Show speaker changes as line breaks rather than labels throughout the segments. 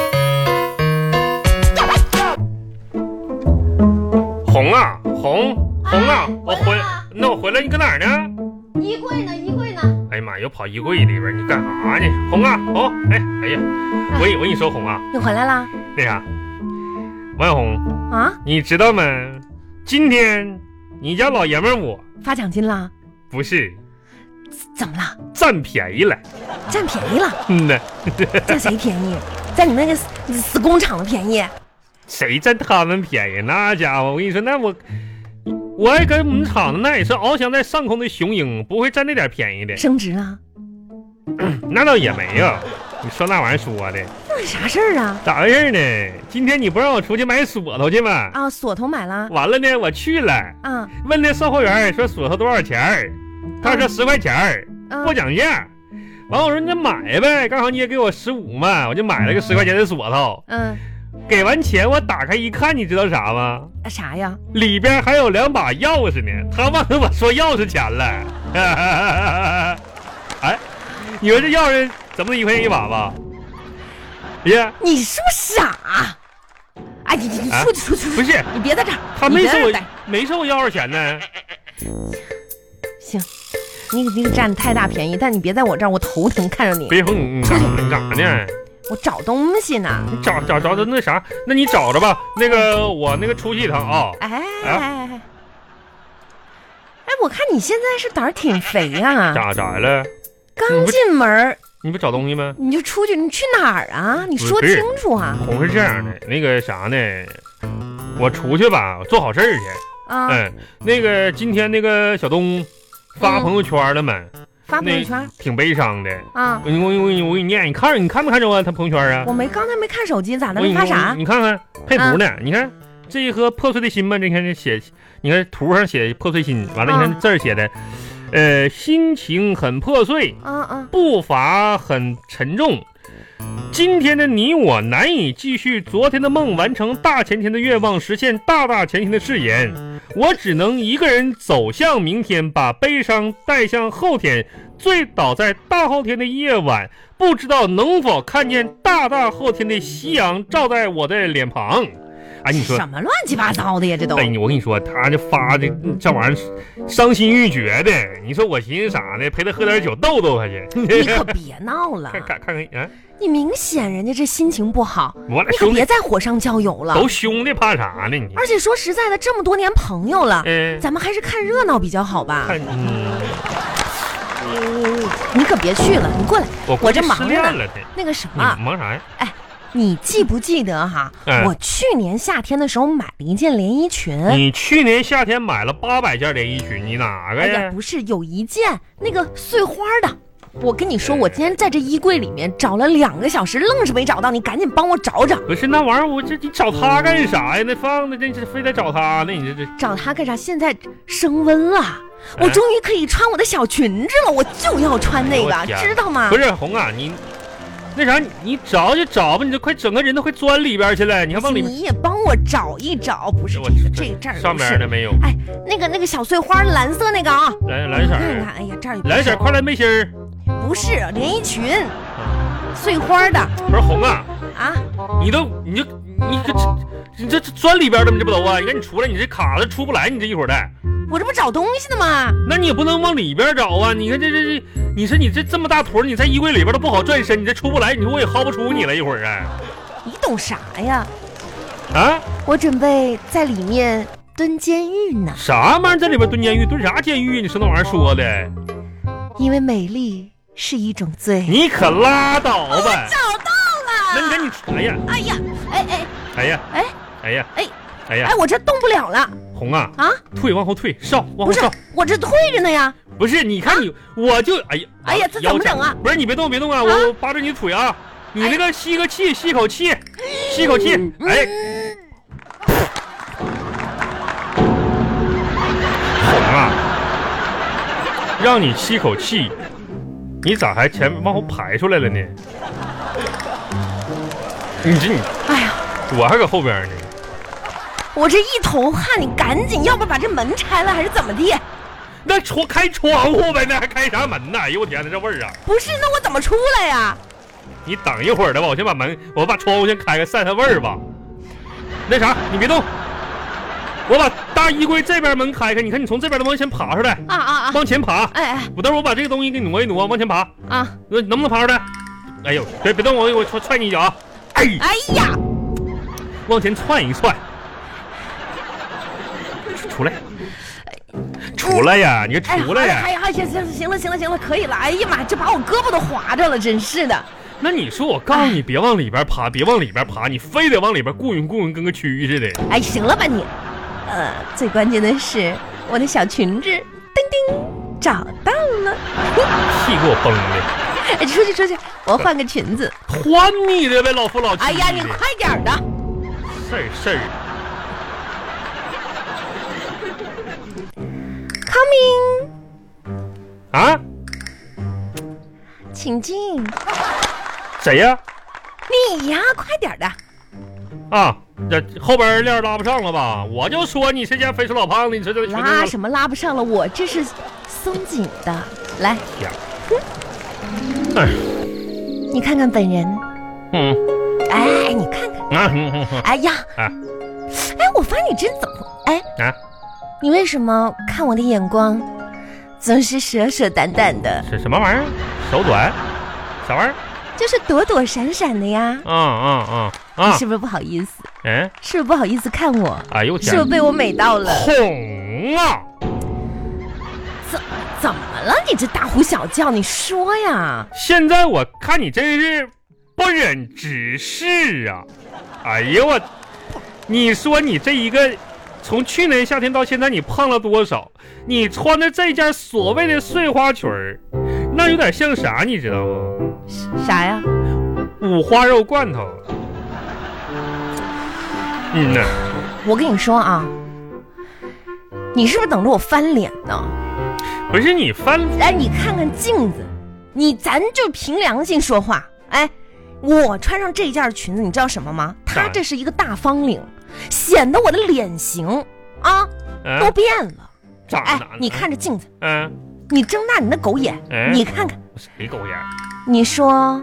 啊我回
啊哎回来了，
那啊我回来你搁哪儿呢？
衣柜呢？衣柜呢？
哎呀妈，又跑衣柜里边儿，你干啥呢？红啊，红，哎，哎呀，我跟你我跟你说，红啊，
你回来啦？
那啥，王小红，
啊，
你知道吗？今天你家老爷们儿我
发奖金啦？
不是
怎么了？
占便宜了，
占便宜了？
嗯呐，
占谁便宜？占你们那个死死工厂的便宜？
谁占他们便宜？那家伙，我跟你说，那我我爱跟我们厂子那也是翱翔在上空的雄鹰，不会占那点便宜的。
升职了？
那倒也没有，你说那玩意儿说的
那有啥事儿啊？
咋回事呢？今天你不让我出去买锁头去吗？
啊，锁头买了
完了呢，我去了，
啊？
问那售货员说锁头多少钱儿，他说十块钱儿，
啊
不讲价。完我说那买呗，刚好你也给我十五嘛，我就买了个十块钱的锁头。
嗯、
给完钱我打开一看，你知道啥吗？
啊啥呀？
里边还有两把钥匙呢，他忘跟我说钥匙钱了。 哎，你说这钥匙怎么得一块钱一把吧？呀，
你是不是傻？哎，你你你
啊
出去出去
不
出去！
是，
你别在这儿，
他
你
没
别
收
在这
我
儿待
没收我钥匙钱呢。
行，你你给占太大便宜，但你别在我这儿，我头疼看着你。
别哄，你干你干啥呢？
我找东西呢。
找找找着那啥，那你找着吧。那个我那个出去一趟啊、
哎哎哎哎，哎，我看你现在是胆儿挺肥呀、
咋咋了？
刚进门儿
你不找东西吗？
你就出去，你去哪儿啊？你说
不是
清楚啊！
红是这样的，那个啥呢，我出去吧，做好事儿去。
啊，
嗯，那个今天那个小东
嗯
发朋友圈了没？
发朋友圈
挺悲伤的。
啊！
我我我我给你念，你看你看没看着啊？他朋友圈啊？
我没刚才没看手机，咋的？
我给
没
你
发
我
啥嗯
给？你看看配图呢？你看这一颗破碎的心吧，你看这写，你看图上写破碎心，完了你
啊
看字儿写的，呃，心情很破碎，
啊啊！
步伐很沉重。今天的你我难以继续昨天的梦，完成大前天的愿望，实现大大前天的誓言。我只能一个人走向明天，把悲伤带向后天，醉倒在大后天的夜晚，不知道能否看见大大后天的夕阳照在我的脸庞。哎，你说
什，么乱七八糟的呀？这都
哎，你我跟你说，他这发的这玩意儿，伤心欲绝的。你说我寻思啥呢？陪他喝点酒逗逗他去。
你可别闹了
看！看看看，啊，
你明显人家这心情不好，
我俩
你可
兄弟
别再火上浇油了。
都兄弟，怕啥呢你？
而且说实在的，这么多年朋友了，
嗯、
咱们还是看热闹比较好吧。
看，嗯，
你可别去了，你过来。
我
我
估计
这忙
失
着呢啊嗯
恋了他。
那个什
你
么，
忙啥呀？
你记不记得哈？
嗯
我去年夏天的时候买了一件连衣裙，
你去年夏天买了八百件连衣裙，你哪个
哎呀，
呀？
不是，有一件那个碎花的。我跟你说，我今天在这衣柜里面找了两个小时，愣是没找到，你赶紧帮我找找。
不是那玩意儿，我这你找他干啥呀？那放的这这非得找他呢？你这这
找它干啥？现在升温了，
嗯
我终于可以穿我的小裙子了，我就要穿那
哎呦我
个，
天
知道吗
不？是红啊，你那啥，你你找就找吧，你这快整个人都快钻里边去了，你还往里面？
你也帮我找一找，不是
我
这个
去
这这儿
上
不是
面呢没有？
哎，那个那个小碎花蓝色那个啊，
蓝蓝色
我看
儿，
看，哎呀，这儿有
蓝色儿快乐背心儿，
不是连衣裙，
嗯
碎花的
不是红啊。
啊，
你都你就你这你这这钻里边了吗？你这不都啊？你赶紧出来，你这卡子出不来，你这一会儿的，
我这不找东西呢吗？
那你也不能往里边找啊！你看这这这，你说你这这么大坨，你在衣柜里边都不好转身，你这出不来，你说我也薅不出你了一会儿啊
你懂啥呀？
啊！
我准备在里面蹲监狱呢，
啥玩意儿在里边蹲监狱？蹲啥监狱啊？你说那玩意儿说的，
因为美丽是一种罪。
你可拉倒吧！
找到
那你
了！
看你，哎呀，
哎呀，哎哎
哎呀，
哎，
哎呀，
哎，
哎呀
哎，，我这动不了了
红啊，
啊！
退，往后退，少，往
不
后
是
少。，
我这退着呢呀。
不是，你看你，我就哎呀，
啊哎呀这怎么整啊
腰间不是你别动，别动啊，
啊哎
我扒着你腿啊，你那个吸个气，吸口气，吸口气，
嗯
哎，红啊，让你吸口气，你咋还前往后排出来了呢？你这你，
哎呀，
我还搁后边呢，
我这一头汗，你赶紧，要不把这门拆了还是怎么地？
那窗开窗户呗，那还开啥门呢？哎呦我天哪，这味儿啊！
不是，那我怎么出来呀？
你等一会儿的吧，我先把门，我把窗户先开开，散散味儿吧。那啥，你别动，我把大衣柜这边门开开，你看你从这边的往前爬出来，
啊啊啊！
往前爬。
哎哎
我待会儿我把这个东西给你挪一挪，往前爬，
啊！
呃能不能爬出来？哎呦，别别动我，我踹踹你一脚啊！哎，
哎呀，
往前踹一踹，出来，出来呀！你
哎，
出来呀！
哎呀，哎呀，行行行了行了行了，可以了。哎呀妈，这把我胳膊都划着了，真是的。
那你说我告诉
哎
你别往里边爬，别往里边爬，你非得往里边雇佣雇佣，跟个蛆似的。
哎，行了吧你？呃，最关键的是我的小裙子，叮叮找到了。
气给我崩的，
哎，出去出去，我换个裙子。
还你的呗，老夫老妻的。
哎呀，你快点儿的！
事儿事儿，
Coming，
啊，
请进。
谁呀？
你呀，快点儿的。
啊，这后边链拉不上了吧？我就说你这家肥瘦老胖子，你说这全都
拉什么拉不上了？我这是松紧的。来，
天儿。哎，
你看看本人。
嗯，
哎，你看看。
啊，嗯嗯嗯
哎呀，
啊
哎，我发现你真怎么？哎，
啊，
你为什么看我的眼光总是舍舍淡淡的，
是什么玩意儿？手短，啥玩意儿？
就是躲躲闪闪的呀？
啊啊啊
你
啊！
是不是不好意思？
嗯，
是不是不好意思看我？
哎呦我
是
天
不是
儿，
被我美到了？
红啊！
怎么了？你这大呼小叫，你说呀？
现在我看你真是不忍直视啊！哎呀我，你说你这一个，从去年夏天到现在，你胖了多少？你穿的这件所谓的碎花裙儿，那有点像啥，你知道不？
啥呀？
五花肉罐头。嗯呐，
我跟你说啊，你是不是等着我翻脸呢？
不是你翻
哎，你看看镜子，你咱就凭良心说话。哎，我穿上这件裙子，你知道什么吗？它
啥
这是一个大方领，显得我的脸型啊都
啊？
变了。
咋
哎
的？，
你看着镜子，
嗯，
你睁大你的狗眼，
哎
你看看，
谁狗眼儿？
你说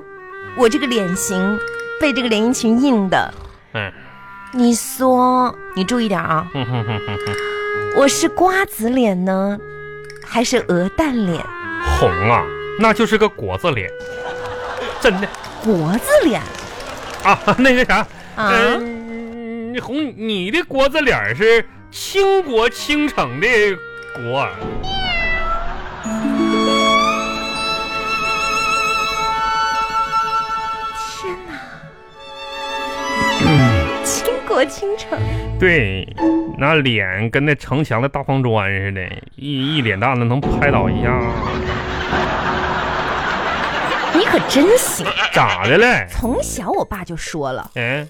我这个脸型被这个连衣裙印的，
嗯，
你说你注意点啊，
哼嗯哼哼哼哼，
我是瓜子脸呢，还是鹅蛋脸？
红啊，那就是个国字脸，真的。
国字脸
啊， 那个啥，
啊？
嗯，红，你的国字脸儿是倾国倾城的国啊，
天哪！嗯倾国倾城，
对，那脸跟那城墙的大方砖似的，一一脸大的能拍倒一下，
你可真行！
咋的嘞？
从小我爸就说了，
嗯，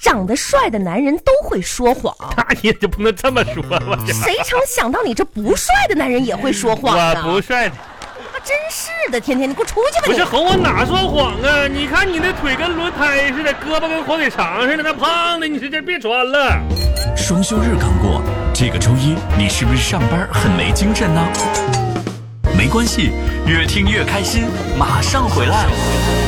长得帅的男人都会说谎。
那你就不能这么说我这
谁成想到你这不帅的男人也会说谎
我
呢？
不帅的，
啊真是的，天天你给我出去吧
不
你
是！红，我哪说谎啊？你看你那腿跟轮胎似的，胳膊跟火腿肠似的，那胖的，你这件别穿了。
双休日刚过，这个周一你是不是上班很没精神呢？没关系，越听越开心，马上回来。